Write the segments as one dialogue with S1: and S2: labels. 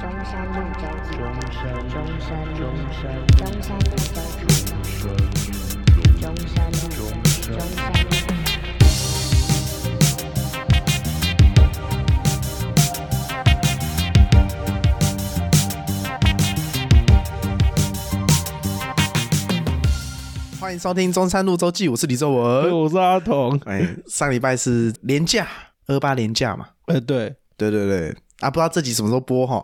S1: 中山路中
S2: 中山路
S1: 中山路
S2: 中山路
S1: 中山路中中山路中山路。
S3: 欢迎收听中山路周记，我是李周 文。
S2: 我是阿童。
S3: 哎，上礼拜是连假，二八连假嘛。
S2: 呃，对，
S3: 对对对，啊，不知道这集什么时候播哈。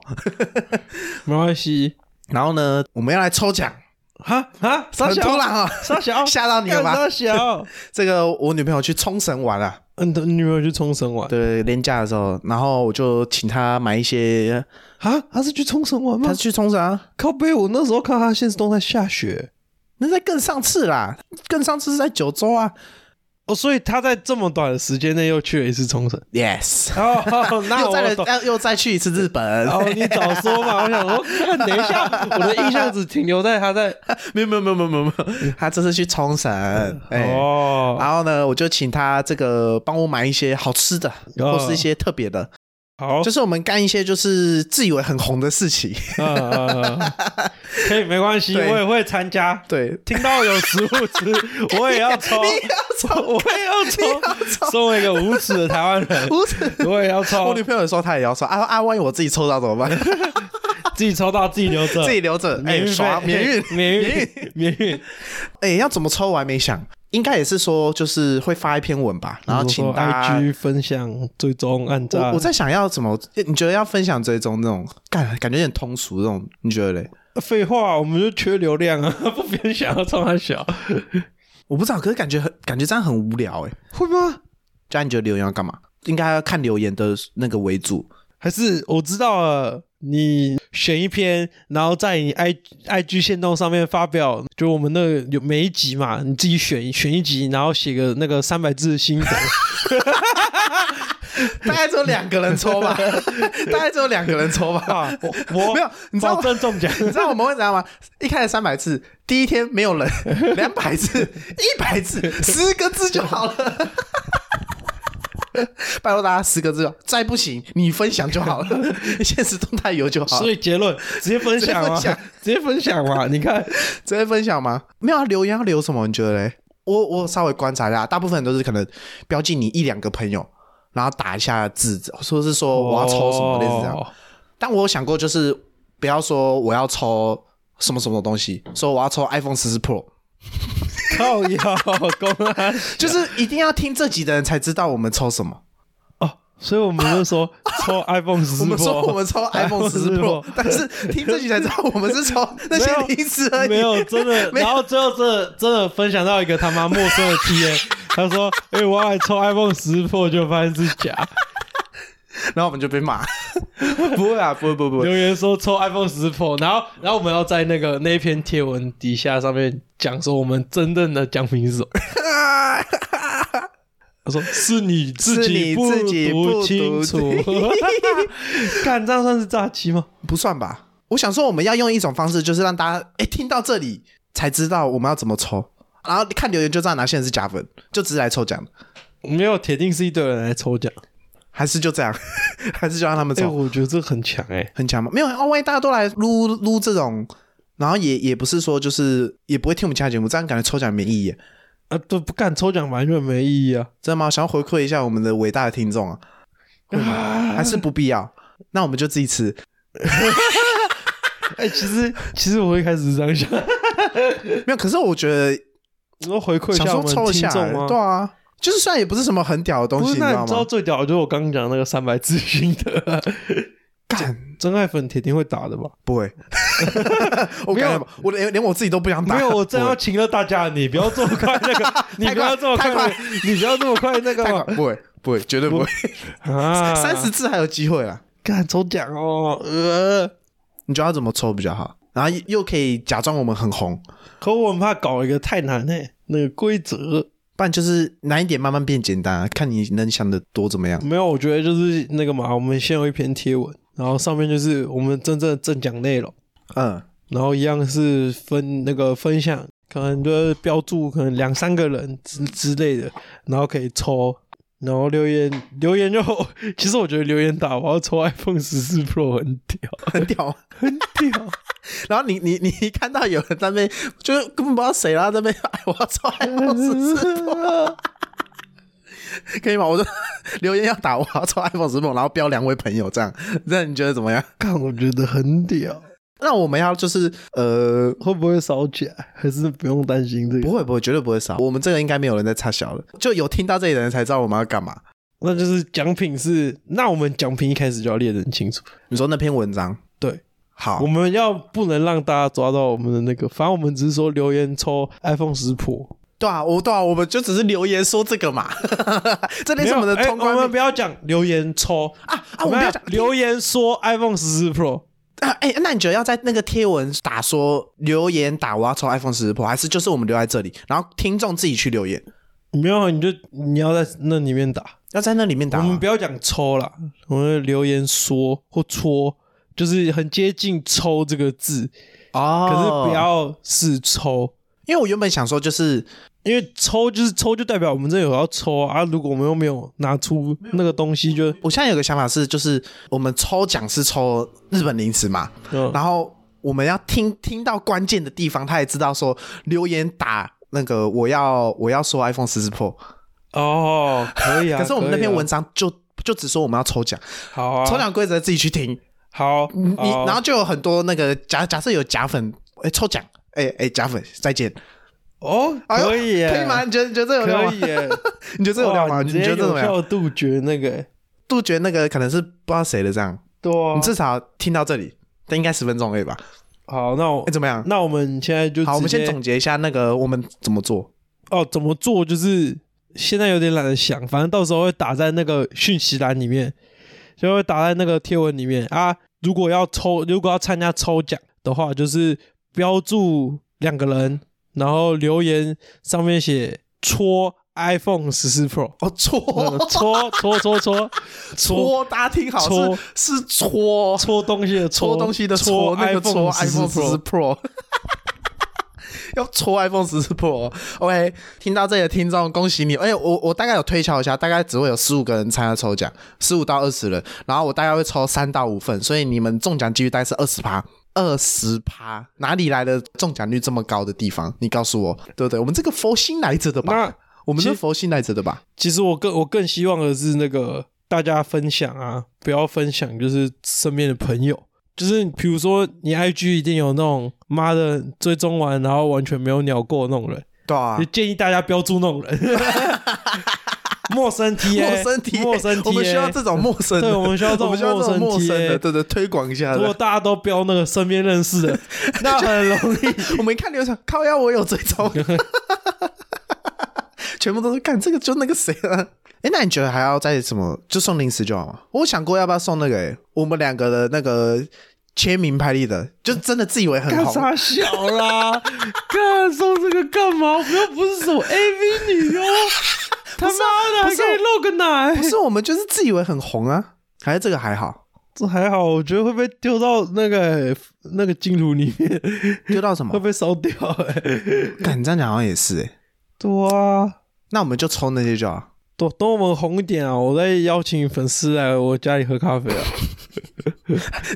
S2: 没关系。
S3: 然后呢，我们要来抽奖，
S2: 哈哈，傻
S3: 很
S2: 小，
S3: 突然哈，
S2: 傻 小，
S3: 吓到你了吧
S2: 干傻小，
S3: 这个我女朋友去冲绳玩了、
S2: 嗯，你女朋友去冲绳玩？
S3: 对，连假的时候，然后我就请她买一些，
S2: 啊，她是去冲绳玩吗
S3: 她？去冲绳啊，
S2: 靠背，我那时候看她现实动态下雪
S3: 那在更上次啦，更上次是在九州啊
S2: 哦，所以她在这么短的时间内又去了一次冲绳。
S3: ，yes，
S2: 哦，那
S3: 又再
S2: 我
S3: 来
S2: 懂。
S3: 要又再去一次日本，
S2: 哦，你早说嘛！我想说，看等一下，我的印象只停留在她 在
S3: 没有没有没有没有没有没有，她这次去冲绳，哎、
S2: 哦，
S3: 然后呢，我就请他这个帮我买一些好吃的，
S2: 哦
S3: 或是一些特别的，
S2: 好，
S3: 就是我们干一些就是自以为很红的事情。
S2: 嗯嗯嗯，可以没关 系，
S3: 对
S2: 我也会参加。
S3: 对，
S2: 听到有食物 吃，我也要抽，
S3: 你要
S2: 我也要抽。身为一个无耻的台湾人，
S3: 不是，
S2: 我也要
S3: 我
S2: 抽
S3: 女，朋友说她也要说啊啊，万一我自己抽到怎么办？
S2: 自己抽到自己留着，
S3: 自己留着，哎、
S2: 哦免运费
S3: 爽，免运，
S2: 免运，免运。
S3: 哎、要怎么抽我还没想，应该也是说就是会发一篇文吧， 然后请大家。
S2: IG 分享、追踪、按
S3: 我
S2: 赞。
S3: 我在想要怎么？你觉得要分享追踪那种，感感觉有点通俗那种，你觉得嘞？
S2: 废话，我们就缺流量啊， 不分享要冲他小，
S3: 我不知道，可是感觉很感觉这样很无聊哎、
S2: 会吗？
S3: 这样你觉得留言要干嘛？应该要看留言的那个为主。
S2: 还是我知道了，你选一篇，然后在你 i i g 线动上面发表，就我们那个有每一集嘛，你自己选选一集，然后写个那个三百字 的心得，
S3: 大概只有两个人抽 吧，大概只有两个人抽吧。
S2: 啊，我我
S3: 没有你知道
S2: 保证中奖，
S3: 你知道我们会怎样吗？一开始三百次，第一天没有人，两百次、一百次，十个字就好 了。拜托大家十个字吧，再不行你分享就好 了，现实动态有就好了
S2: 所。以结论直接分享嘛，
S3: 啊直接分享
S2: 直接分享 嘛，你看
S3: 直接分享吗？没有啊，留言要留什么？你觉得嘞？我我稍微观察一下，大部分人都是可能标记你一两个朋友，然后打一下字，说是说我要抽什么、类似这样。
S2: 哦
S3: 但我有想过，就是不要说我要抽什么什么东西，说我要抽 iPhone 十四 Pro，
S2: 靠腰公安
S3: 就是一定要听这集的人才知道我们抽什么。
S2: 哦，所以我们就说 抽 iPhone 十
S3: 我
S2: 四
S3: 们说我
S2: Pro，
S3: 们抽 iPhone 十四
S2: Pro
S3: Pro，但是听这集才知道我们是抽那
S2: 没有
S3: 些零食而已。
S2: 没有真的，
S3: 没有
S2: 然后最后真的真的分享到一个他妈陌生的 TA，他说：“哎、我要来抽 iPhone 十 Pro，就发现是假。
S3: 然后我们就被骂。 不会啊，不会不会不”会
S2: 留，言说抽 iPhone 十 Pro，然后然后我们要在那个那 一篇贴文底下上面讲说我们真正的奖品是什 么。他说：“是你自
S3: 是
S2: 己
S3: 你自己
S2: 读
S3: 不
S2: 清
S3: 读
S2: 楚。” 看这样算是诈欺吗？
S3: 不算吧。我想说，我们要用一种方式，就是让大家哎、诶听到这里才知道我们要怎么抽，然后看留言就知道哪些人是假粉，就直接来抽奖，
S2: 没有，铁定是一堆人来抽奖。
S3: 还是就这样， 还是就让他们
S2: 哎、
S3: 抽，
S2: 我觉得这很强哎、
S3: 很强吗？没有啊，万一大家都来撸撸这种，然后也也不是说就是也不会听我们其他节目，这样感觉抽奖没意义耶，
S2: 啊，都不干抽奖完全没意义啊！
S3: 真的吗？想要回馈一下我们的伟大的听众啊，还是不必要？那我们就自己吃。
S2: 哎、其实其实我一开始是这样想，
S3: 没有，可是我觉得
S2: 你说回馈一
S3: 想
S2: 下我
S3: 说抽
S2: 们
S3: 一
S2: 听
S3: 下，
S2: 众吗？
S3: 对啊，就是虽然也不是什么很屌的东
S2: 不
S3: 西，
S2: 是，
S3: 你知
S2: 那
S3: 道
S2: 你知道
S3: 吗？
S2: 最屌的就是我刚刚讲那个三百字心得，
S3: 干。
S2: 真爱粉铁定会打的吧？
S3: 不 会，我
S2: 没有
S3: 感觉我连连我自己都不想打。
S2: 没有，我真
S3: 不
S2: 要
S3: 会
S2: 请了大家，你不要这么快 那个，你不要这么快
S3: 太快
S2: 那个，你不要这么快
S3: 太
S2: 那个
S3: 快，不会，不会，绝对不会。
S2: 啊！
S3: 三十字还有机会啦，
S2: 干抽奖哦，呃，
S3: 你觉得要怎么抽比较好？然后又又可以假装我们很红，
S2: 可我很怕搞一个太难哎、那个规则
S3: 不然就是难一点，慢慢变简单啊，看你能想的多怎么样。
S2: 没有，我觉得就是那个嘛，我们先有一篇贴文，然后上面就是我们真正的正奖内容。
S3: 嗯，
S2: 然后一样是分那个分享，可能就是标注可能两三个人之之类的，然后可以抽，然后留言留言就， 其实我觉得留言打我要抽 iPhone 十四 Pro 很屌，
S3: 很屌吗。
S2: 很屌。
S3: 然后你你你一看到有人在那边，就是根本不知道谁啦，在那边哎，我要抽 iPhone 十四 可以吗？我说 留言要打，我要抽 iPhone 十 Pro，然后标两位朋友这样，那你觉得怎么样？
S2: 看，我觉得很屌。
S3: 那我们要就是呃，
S2: 会不会烧起来？还是不用担心这
S3: 不
S2: 个？
S3: 会不会，绝对不会少。我们这个应该没有人在插小了，就有听到这里的人才知道我们要干嘛。
S2: 那就是奖品是，那我们奖品一开始就要列得很清楚。
S3: 你说那篇文章
S2: 对，
S3: 好
S2: 我，们要不能让大家抓到我们的那个，反正我们只是说留言抽 iPhone 十 Pro。
S3: 对啊，我对啊，我们就只是留言说这个嘛， 这类
S2: 没
S3: 是我
S2: 有，
S3: 们的
S2: 哎
S3: 通关
S2: 我们
S3: 密
S2: 不要讲留言抽
S3: 啊啊！我们不要讲
S2: 留言说 iPhone 十四 Pro，
S3: 啊，哎、那你觉得要在那个贴文打说留言打我要抽 iPhone 十 Pro，还是就是我们留在这里，然后听众自己去留言，
S2: 没
S3: 啊
S2: 有你就你要在那里面打。
S3: 要在那里面打
S2: 我
S3: 吗？
S2: 们不要讲抽啦，我们留言说或戳，就是很接近抽这个字，
S3: 哦
S2: 可是不，要是抽，
S3: 因为我原本想说就是
S2: 因为抽就是抽就代表我们这有要抽啊。啊如果我们又没有拿出那个东西就，
S3: 我现在有个想法是，就是我们抽奖是抽日本零食嘛，
S2: 嗯
S3: 然后我们要听听到关键的地方，他也知道说留言打那个我要我要说 iPhone 十四 Pro，、
S2: 哦，可以 啊。
S3: 可是我们那
S2: 以啊
S3: 篇文章就、就只说我们要抽奖，
S2: 好啊，
S3: 抽奖规则自己去听，
S2: 好，
S3: 你你
S2: 好
S3: 然后就有很多那个假假设有假粉哎、抽奖哎哎假粉再见，
S2: 哦，
S3: 哎呦
S2: 可以耶，
S3: 可以吗？你觉得你觉得这有料
S2: 可
S3: 吗
S2: 以？耶，
S3: 你觉得这有料
S2: 哇
S3: 吗？你
S2: 你直
S3: 觉
S2: 接
S3: 得这怎
S2: 有
S3: 么样？
S2: 效杜绝那个耶，
S3: 杜绝那个可能是不知道谁的这样，
S2: 对啊
S3: 你至少听到这里，但应该十分钟而已吧？
S2: 好，那我
S3: 哎、怎么样？
S2: 那我们现在就
S3: 好，我们
S2: 直接
S3: 先总结一下那个我们怎么做。
S2: 哦，怎么做就是现在有点懒得想，反正到时候会打在那个讯息栏里面，就会打在那个贴文里面啊。如果要抽，如果要参加抽奖的话，就是标注两个人，然后留言上面写戳 iPhone 十四 Pro，
S3: 哦，搓
S2: 呃戳戳戳戳戳
S3: 搓，大家听好
S2: 搓
S3: 是是搓
S2: 戳东西的
S3: 搓东西的
S2: 戳
S3: 搓，那个搓
S2: iPhone
S3: iPhone 十四
S2: 14
S3: Pro。要搓 iPhone 十四 Pro。OK，听到这里的听众，恭喜你！哎、我我大概有推敲一下，大概只会有十五个人参加抽奖，十五到二十人，然后我大概会抽三到五份，所以你们中奖几率大概是二十趴。二十趴，哪里来的中奖率这么高的地方？你告诉我，对不对？我们这个佛心来着的吧
S2: 那？
S3: 我们
S2: 其
S3: 是
S2: 实
S3: 佛心来着的吧？
S2: 其实我更我更希望的是那个大家分享啊，不要分享就是身边的朋友，就是比如说你 IG 一定有那种妈的追踪完然后完全没有鸟过那种人，
S3: 对啊
S2: 就建议大家标注那种 人，陌生 T
S3: 陌生体验，
S2: 陌生 T，
S3: 我们需要这种陌生的，
S2: 对我们需要这种
S3: 我们需要这种
S2: 陌
S3: 陌
S2: 生
S3: 生
S2: TA
S3: 的，对对，推广一下
S2: 如果
S3: 的。
S2: 大家都标那个身边认识的，那很容 易。
S3: 我们一看流程，靠腰我有追踪， 全部都是干这个就那个谁了、啊。哎、那你觉得还要再什么？就送零食就好吗？我想过要不要送那个、诶我们两个的那个签名拍立得，就真的自以为很
S2: 干
S3: 红。
S2: 啥小啦？ 干送这个干嘛？不要不是什么 AV 女优，他妈的
S3: 不
S2: 还
S3: 是啊
S2: 可以露个奶
S3: 不。是，啊我们就是自以为很红啊。还是这个还好，
S2: 这还好，我觉得会被丢到那个那个金炉里面，
S3: 丢到什
S2: 会
S3: 么？
S2: 被烧掉、欸。
S3: 干，你这样讲好像也是、诶
S2: 对啊，
S3: 那我们就抽那些就好。
S2: 等等我们红一点啊，我再邀请粉丝来我家里喝咖啡啊。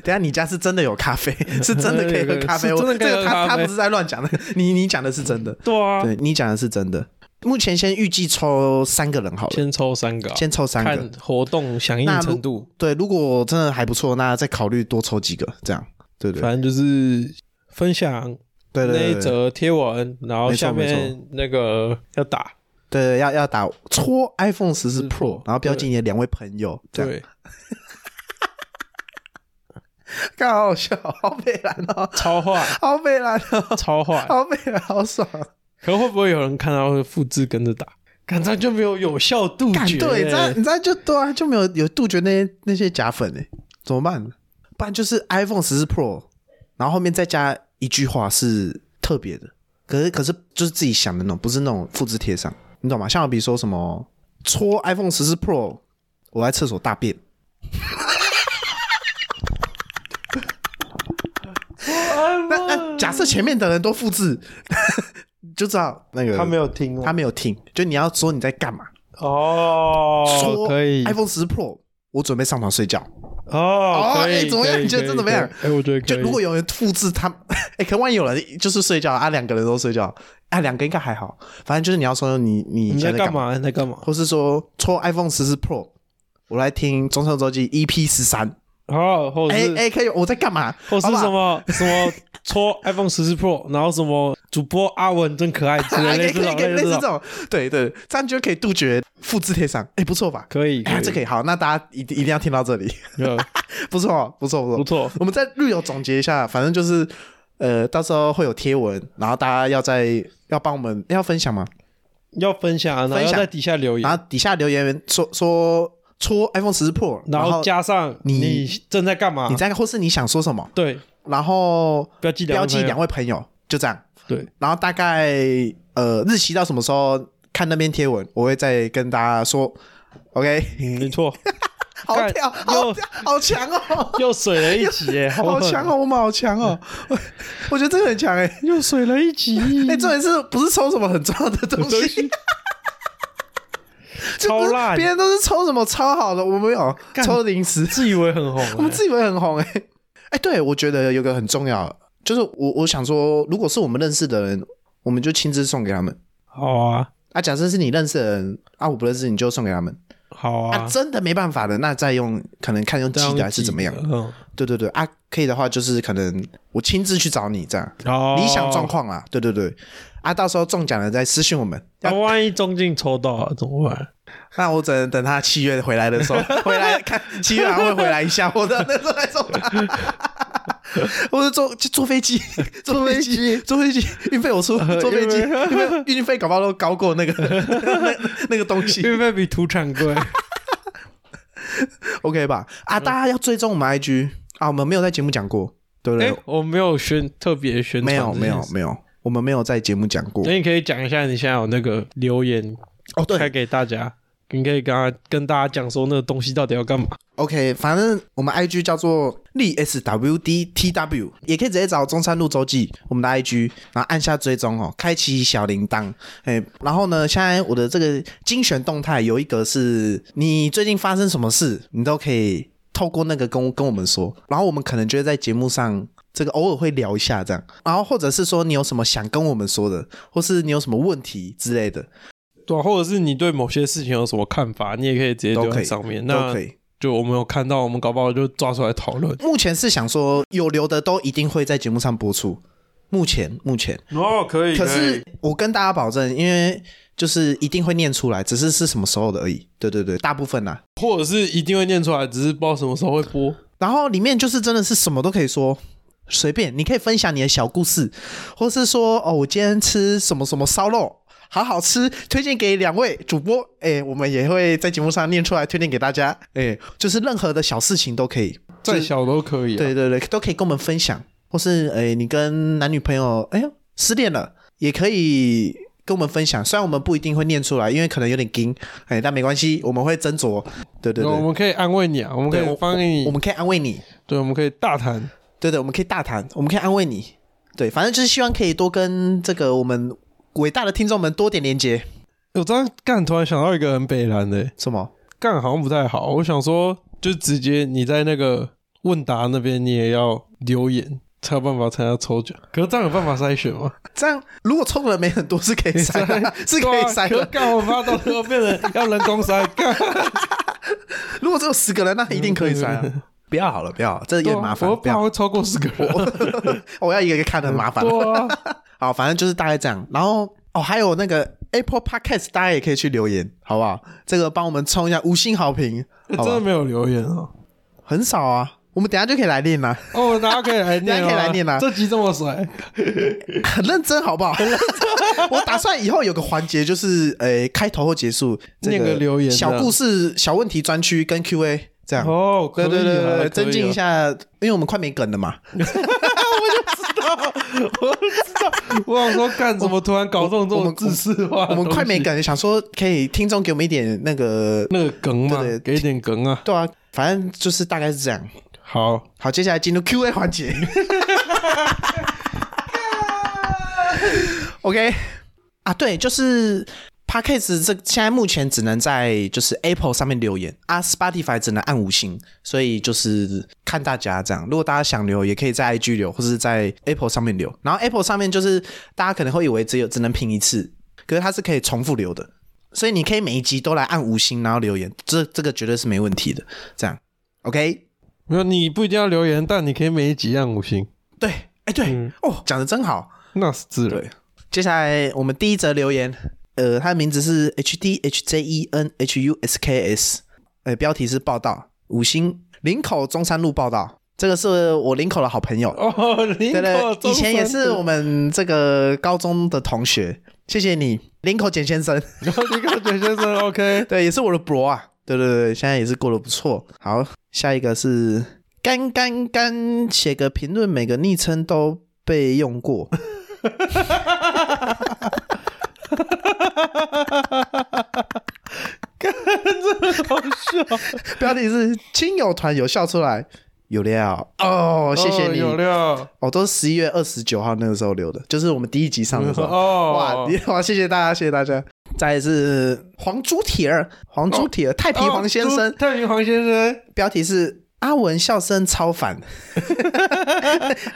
S3: 等一下，你家是真的有咖啡， 是真的可以喝咖啡。
S2: 是
S3: 我
S2: 真的可以
S3: 这
S2: 喝
S3: 个
S2: 咖
S3: 他
S2: 啡
S3: 他不是在乱讲的，你你讲的是真的，
S2: 对啊，
S3: 对你讲的是真的。目前先预计抽三个人好了，
S2: 先抽三个啊、
S3: 先抽三
S2: 看
S3: 个。
S2: 活动响应
S3: 那如
S2: 程度，
S3: 对，如果真的还不错，那再考虑多抽几个，这样对对
S2: 反正就是分享
S3: 对
S2: 那
S3: 对对
S2: 一
S3: 对
S2: 则贴文，然后
S3: 没错
S2: 下
S3: 没
S2: 面那个要打。
S3: 对，要要打戳 iPhone 十四 Pro，
S2: Pro，
S3: 然后标记你的两位朋友，这样
S2: 对，
S3: 看好好笑，好北蓝哦，
S2: 超 坏，
S3: 好北蓝 哦，
S2: 超坏。
S3: 好北蓝，好爽。
S2: 可会不会有人看到会复制跟着打？感这样就没有有效杜
S3: 干
S2: 绝、
S3: 对，这样
S2: 欸
S3: 你。这样就对啊，就没有有杜绝那些那些假粉哎、怎么办？不然就是 iPhone 十四 Pro，然后后面再加一句话是特别的，可是可是就是自己想的那种，不是那种复制贴上，你懂吗？像比如说什么戳 iPhone 十四 Pro，我在厕所大便，
S2: 哎
S3: 那那假设前面的人都 复制，就知道那个
S2: 他没有听哦
S3: 他没有听，就你要说你在干嘛，
S2: 哦
S3: 说，哎
S2: 可以
S3: iPhone 十 Pro，我准备上床睡觉。
S2: 哦，
S3: 哦
S2: 可以
S3: 哎，怎么样
S2: 可以
S3: 你觉得
S2: 可以
S3: 这怎么样
S2: 可以哎，我觉得可
S3: 就
S2: 以
S3: 如果有人复制他， 哎、可万一有人就是睡觉啊，两个人都睡觉啊，两个应该还好，反正就是你要说你你
S2: 你
S3: 现
S2: 在
S3: 在
S2: 干
S3: 干嘛，
S2: 嘛？你在干嘛？
S3: 或是说抽 iPhone 十四 Pro，我来听中上周记 EP 十三，
S2: 哦，或者
S3: 哎
S2: 是
S3: 哎，可以，我在干嘛？
S2: 或是
S3: 好不好
S2: 什么什么戳 iPhone 十四 Pro，然后什么主播阿文真可爱之
S3: 啊，
S2: 类
S3: 可
S2: 类
S3: 以可以
S2: 似这种
S3: 可以，类
S2: 似
S3: 似
S2: 这
S3: 这
S2: 种，
S3: 种，对对，这样就可以杜绝复制贴上，哎、不错吧？
S2: 可以，
S3: 哎、这可以好，那大家一定一定要听到这里，
S2: 呃
S3: 不错不错不错
S2: 不错，
S3: 我们再略有总结一下，反正就是呃，到时候会有贴文，然后大家要在要帮我们要分享嘛，
S2: 要分享，啊然后
S3: 分
S2: 要
S3: 享啊
S2: 在底下留言
S3: 然，后底下留言说说戳 iPhone 十 Pro，
S2: 然后加上
S3: 你
S2: 你正在干嘛
S3: 你？在或是你想说什么，
S2: 对，
S3: 然后
S2: 标记
S3: 标记
S2: 两
S3: 两
S2: 位
S3: 位朋友，就这样。
S2: 朋友，对，
S3: 然后大概呃日期到什么时候看那篇贴文，我会再跟大家说。OK，
S2: 没错，
S3: 好
S2: 干
S3: 跳，
S2: 又
S3: 好跳，好强哦！
S2: 又水了一集耶，
S3: 好
S2: 狠
S3: 强哦，我们好强哦！ 我我觉得这个很强哎、
S2: 又水了一 集，
S3: 哎、重点是不是抽什么很重要的东
S2: 东
S3: 西
S2: 西？超烂
S3: 别，人都是抽什么超好的，我们没有
S2: 干
S3: 抽零食，
S2: 自以为很红
S3: 我们
S2: 耶，
S3: 自以为很红哎、欸、哎、对我觉得有个很重要，就是我我想说，如果是我们认识的人，我们就亲自送给他们
S2: 好啊，
S3: 啊。假设是你认识的人啊，我不认识你就送给他们
S2: 好
S3: 啊。
S2: 啊，
S3: 真的没办法的，那再用可能看用寄
S2: 这样
S3: 的还是怎么样
S2: 记？得嗯，
S3: 对对对啊，可以的话就是可能我亲自去找你这样，
S2: 哦，
S3: 理想状况啦。对对对啊，到时候中奖了再私信我们。
S2: 那万一中镜抽到啊了怎么 办？
S3: 那我只能等他七月回来的时候，回来看七月还会回来一下，我的那时候再说吧。我是坐坐飞机，坐飞机，坐飞机，运费我出，坐飞机，
S2: 运费
S3: 运费运费搞不好都高过那个那那个东西
S2: 运费比土产贵，
S3: ，OK 吧？啊，大家要追踪我们 IG 啊，我们没有在节目讲过，对不对
S2: 哎？，我没有宣特别宣传，
S3: 没有，没有，。没有，我们没有在节目讲过
S2: 那。你可以讲一下你现在有那个留言
S3: 哦，对
S2: 开给大家，你可以跟他跟大家讲说那个东西到底要干嘛。
S3: OK，反正我们 IG 叫做立 SWDTW，也可以直接找中山路周记我们的 IG，然后按下追踪哦，开启小铃铛。哎，然后呢，现在我的这个精选动态有一个是你最近发生什么事，你都可以透过那个跟跟我们说，然后我们可能就会在节目上。这个偶尔会聊一下这样，然后或者是说你有什么想跟我们说的，或是你有什么问题之类的，
S2: 对啊、或者是你对某些事情有什么看法，你也可以直接
S3: 都
S2: 留
S3: 可
S2: 在
S3: 以
S2: 上面。
S3: 都
S2: 那
S3: 可以。
S2: 就我们有看到，我们搞不好就抓出来讨论。
S3: 目前是想说有留的都一定会在节目上播出。目前目前，
S2: 哦，可以
S3: 可是我跟大家保证，因为就是一定会念出来，只是是什么时候的而已。对对对，大部分啦。
S2: 或者是一定会念出来，只是不知道什么时候会播。
S3: 然后里面就是真的是什么都可以说，随便你可以分享你的小故事，或是说哦，我今天吃什么什么烧肉，好好吃，推荐给两位主播。哎，我们也会在节目上念出来推荐给大家。哎，就是任何的小事情都可以。
S2: 再小都可以、啊。
S3: 对对对，都可以跟我们分享，或是诶、你跟男女朋友哎呦失恋了，也可以跟我们分享。虽然我们不一定会念出来，因为可能有点惊，哎、但没关系，我们会斟酌。对对
S2: 那我
S3: 对，
S2: 们可以安慰你啊，我们可
S3: 对
S2: 以帮你，
S3: 我们可以安慰你，
S2: 对，我们可以大谈。
S3: 对对，我们可以大谈，我们可以安慰你。对，反正就是希望可以多跟这个我们伟大的听众们多点连接。
S2: 我刚刚干突然想到一个很北蓝的、
S3: 什么？
S2: 干好像不太好。我想说，就直接你在那个问答那边，你也要留言，才有办法参加抽奖。可是这样有办法筛选 吗？
S3: 这样如果抽的人没很多是可以删的， 是可以删
S2: 对啊
S3: 的。
S2: 可干我发到最后变成要人工筛， 干
S3: 如果只有十个人，那一定可以删
S2: 嗯
S3: 啊、不要好了，不要好了，这有点麻烦。
S2: 啊我
S3: 不要
S2: 怕会超过十个人。
S3: 我要一个一个看，很麻烦。
S2: 对 啊，
S3: 好，反正就是大概这样。然后哦，还有那个 Apple Podcast，大家也可以去留言，好不好？这个帮我们冲一下五星好评，好
S2: 真
S3: 吧
S2: 的？没有留言哦。
S3: 很少啊，我们等一下就可以来练啦、
S2: 哦， 大家可以来念，
S3: 大家可以来念啊
S2: 这集这么水，
S3: 很认真，好不 好？我打算以后有个环节，就是呃，开头或结束这
S2: 念个留言这样
S3: 小故事、小问题专区跟 Q&A 这样。
S2: 哦，可以
S3: 对
S2: 啊
S3: 对对对
S2: 可以
S3: 对，
S2: 啊
S3: 增进一下，因为我们快没梗了嘛。
S2: 我想说，干怎么突然搞这种这
S3: 我
S2: 种
S3: 们
S2: 自私化
S3: 我
S2: 的东西？
S3: 们快没梗了，想说可以听众给我们一点那个，
S2: 那个梗嘛
S3: 对对，
S2: 给一点梗啊。
S3: 对啊，反正就是大概是这样。
S2: 好，
S3: 好，接下来进入 Q&A 环节。OK，啊，对，就是 Podcast 这现在目前只能在就是 Apple 上面留言啊，Spotify 只能按五星，所以就是看大家这样。如果大家想留，也可以在 IG 留，或是在 Apple 上面留。然后 Apple 上面就是大家可能会以为只有只能评一次，可是它是可以重复留的，所以你可以每一集都来按五星，然后留言，这这个绝对是没问题的。这样，OK？
S2: 没有，你不一定要留言，但你可以每一集按五星，
S3: 对，哎对、
S2: 嗯
S3: 哦，讲的真好。
S2: 那是自然。
S3: 对，接下来我们第一则留言，呃，他的名字是 H D H J E N H U S K S，呃，标题是报道五星林口中山路报道，这个是我林口的好朋友，
S2: 哦，林
S3: 对
S2: 口
S3: 对，以前也是我们这个高中的同学，谢谢你，林口简先生，
S2: 然后林口简先生，OK，
S3: 对，也是我的 bro 啊，对对对，现在也是过得不错。好，下一个是干干干，写个评论，每个昵称都被用过。
S2: 好笑，
S3: 标题是“亲友团有笑出来”，有料哦，谢谢你
S2: 哦有
S3: 哦
S2: 料。
S3: 都是十一月二十九号那个时候留的，就是我们第一集上的时候。
S2: 哦，
S3: 哇，你 哇，谢谢大家，谢谢大家。再来是黄猪铁儿，黄猪铁儿、太皮黄先生，
S2: 哦太平黄先生，
S3: 标题是“阿文笑声超 凡”，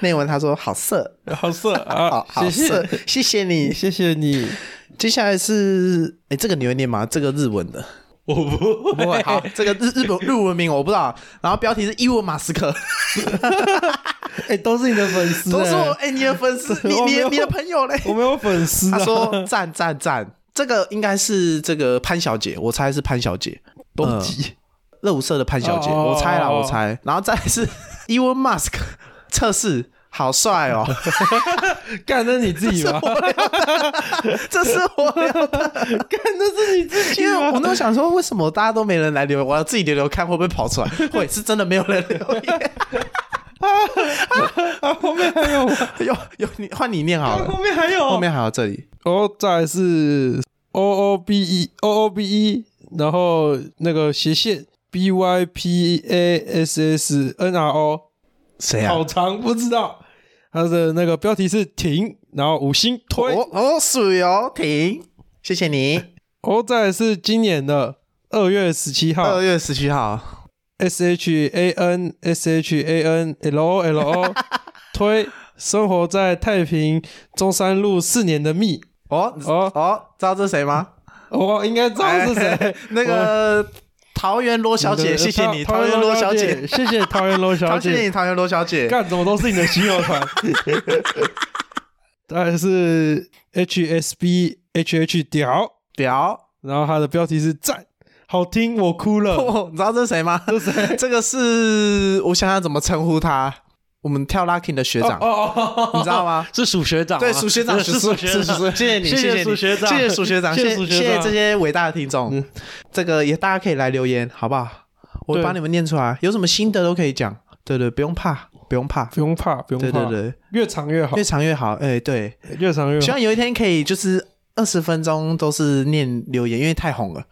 S3: 内文他说好色，
S2: 好色啊
S3: 好，好
S2: 谢
S3: 色
S2: 谢，，
S3: 谢谢你。
S2: 谢谢你。
S3: 接下来是，哎，这个你会念吗？这个日文 的。
S2: 我不
S3: 不会，好，这个日日本日文名我不知道，然后标题是伊文马斯克，
S2: 哎，都是你的粉丝，
S3: 都是我
S2: 哎
S3: 哎、你的粉丝，你
S2: 我没
S3: 你
S2: 有
S3: 你的朋友嘞？
S2: 我没有粉丝啊。
S3: 他说赞赞赞，这个应该是这个潘小姐，我猜是潘小姐，嗯
S2: 蹦极，
S3: 热舞社的潘小姐，
S2: 哦
S3: 我猜啦，
S2: 哦
S3: 我猜。然后再来是 Elon Musk 测试，好帅哦，
S2: 干那是你自己吧，
S3: 这是我聊的，
S2: 干那是你自己
S3: 因为我
S2: 吧。
S3: 那时候想说，为什么大家都没人来留言，我要自己留留看会不会跑出来，会是真的没有人留言，
S2: 啊，后面还有吗，
S3: 有有你换你念好
S2: 啊
S3: 了，
S2: 后面还有，
S3: 后面还有这里。
S2: 哦，再来是 O O B E O O B E，然后那个斜线 B Y P A S S N R O，
S3: 谁啊？
S2: 好长，不知道。它的那个标题是停，然后五星推。
S3: 哦哦，属于哦，停，谢谢你。
S2: 哦，再来是今年的二月十七号
S3: 二月十七号，
S2: ，S H A N S H A N L O L O 推。生活在太平中山路四年的蜜，
S3: 哦
S2: 哦
S3: 哦，知道这是谁吗？
S2: 我、应该知道是谁
S3: 哎。那个桃园罗小
S2: 呃
S3: 姐，谢谢你，桃园罗小姐，
S2: 谢谢桃园 罗小
S3: 桃谢谢
S2: 姐
S3: 你，。桃园罗小姐。
S2: 干怎么都是你的亲友团？ 当然是 HSB HH 屌，
S3: 表，
S2: 然后它的标题是赞，好听，我哭 了。
S3: 哦你知道这是谁吗？
S2: 这是谁
S3: 这个是我想想怎么称呼他，我们跳 Lucky 的学长，
S2: 哦
S3: 你知道吗？
S2: 是鼠学长吗，
S3: 对，鼠学长，
S2: 是是鼠
S3: 鼠
S2: 学
S3: 是鼠
S2: 长，
S3: 谢谢你，
S2: 谢谢
S3: 谢你
S2: 鼠学长
S3: 谢谢鼠学长，
S2: 谢谢
S3: 谢谢
S2: 鼠学
S3: 谢谢
S2: 长
S3: 这些伟大的听众
S2: 嗯，
S3: 这个也大家可以来留言，好不好？我
S2: 对
S3: 帮你们念出来，有什么心得都可以讲，对对，不用怕，不用怕，
S2: 不用怕，不用
S3: 对
S2: 怕，
S3: 对对，
S2: 越长越好
S3: 越，长越好，哎，对，
S2: 越长越
S3: 希
S2: 好。
S3: 望有一天可以就是二十分钟都是念留言，因为太红了，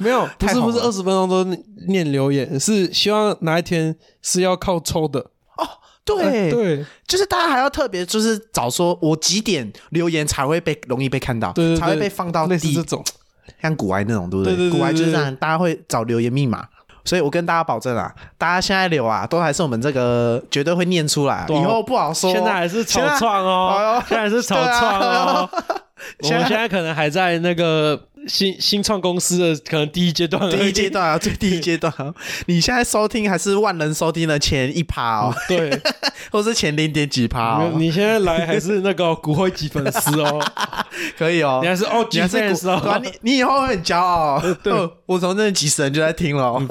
S2: 没有，不
S3: 啊太
S2: 是
S3: 好
S2: 不是，
S3: 了
S2: 二十分钟都念留言，是希望哪一天是要靠抽的。哎
S3: 对，
S2: 对，
S3: 就是大家还要特别就是找说我几点留言才会被容易被看到，
S2: 对对对
S3: 才会被放到
S2: 类似
S3: 第
S2: 这种，
S3: 像古埃那种，对不对？
S2: 对对对对
S3: 古埃就是这
S2: 对
S3: 样，大家会找留言密码。所以我跟大家保证啊，大家现在留啊，都还是我们这个绝对会念出来，
S2: 对啊
S3: 以后不好说。
S4: 现在还是草创
S3: 哎
S4: 哦
S3: 呦，啊哎
S4: 现在还是草创哦。我
S3: 现
S4: 们
S3: 在
S4: 现在可能还在那个新新创公司的可能第一阶段而已，
S3: 第一阶段啊，最第一阶段啊，你现在收听还是万人收听的前一趴
S2: 嗯
S3: 哦，
S4: 对，
S3: 或是前零点几趴
S4: 没有
S3: 哦，
S4: 你现在来还是那个骨灰级粉丝 哦，
S3: 可以哦
S4: 你。还是哦
S3: 你
S4: 级
S3: 还是
S4: fans
S3: 古对啊
S4: 哦，
S3: 你你以后会很骄傲哦。
S4: 对
S3: 哦，我从那几十人就在听了哦，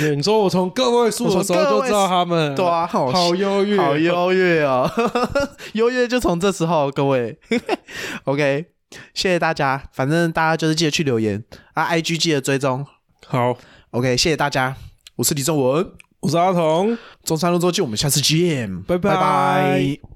S2: 对你说我从个位数的时候就知道他们，
S3: 对啊，好
S2: 嗯好优越，
S3: 好优越哦， 优越就从这时候，各位 ，OK，谢谢大家，反正大家就是记得去留言啊，IG 记得追踪
S2: 好，
S3: ，OK，谢谢大家，我是李正文，
S2: 我是阿童。
S3: 中山路周记，我们下次见，
S2: 拜拜
S3: 拜拜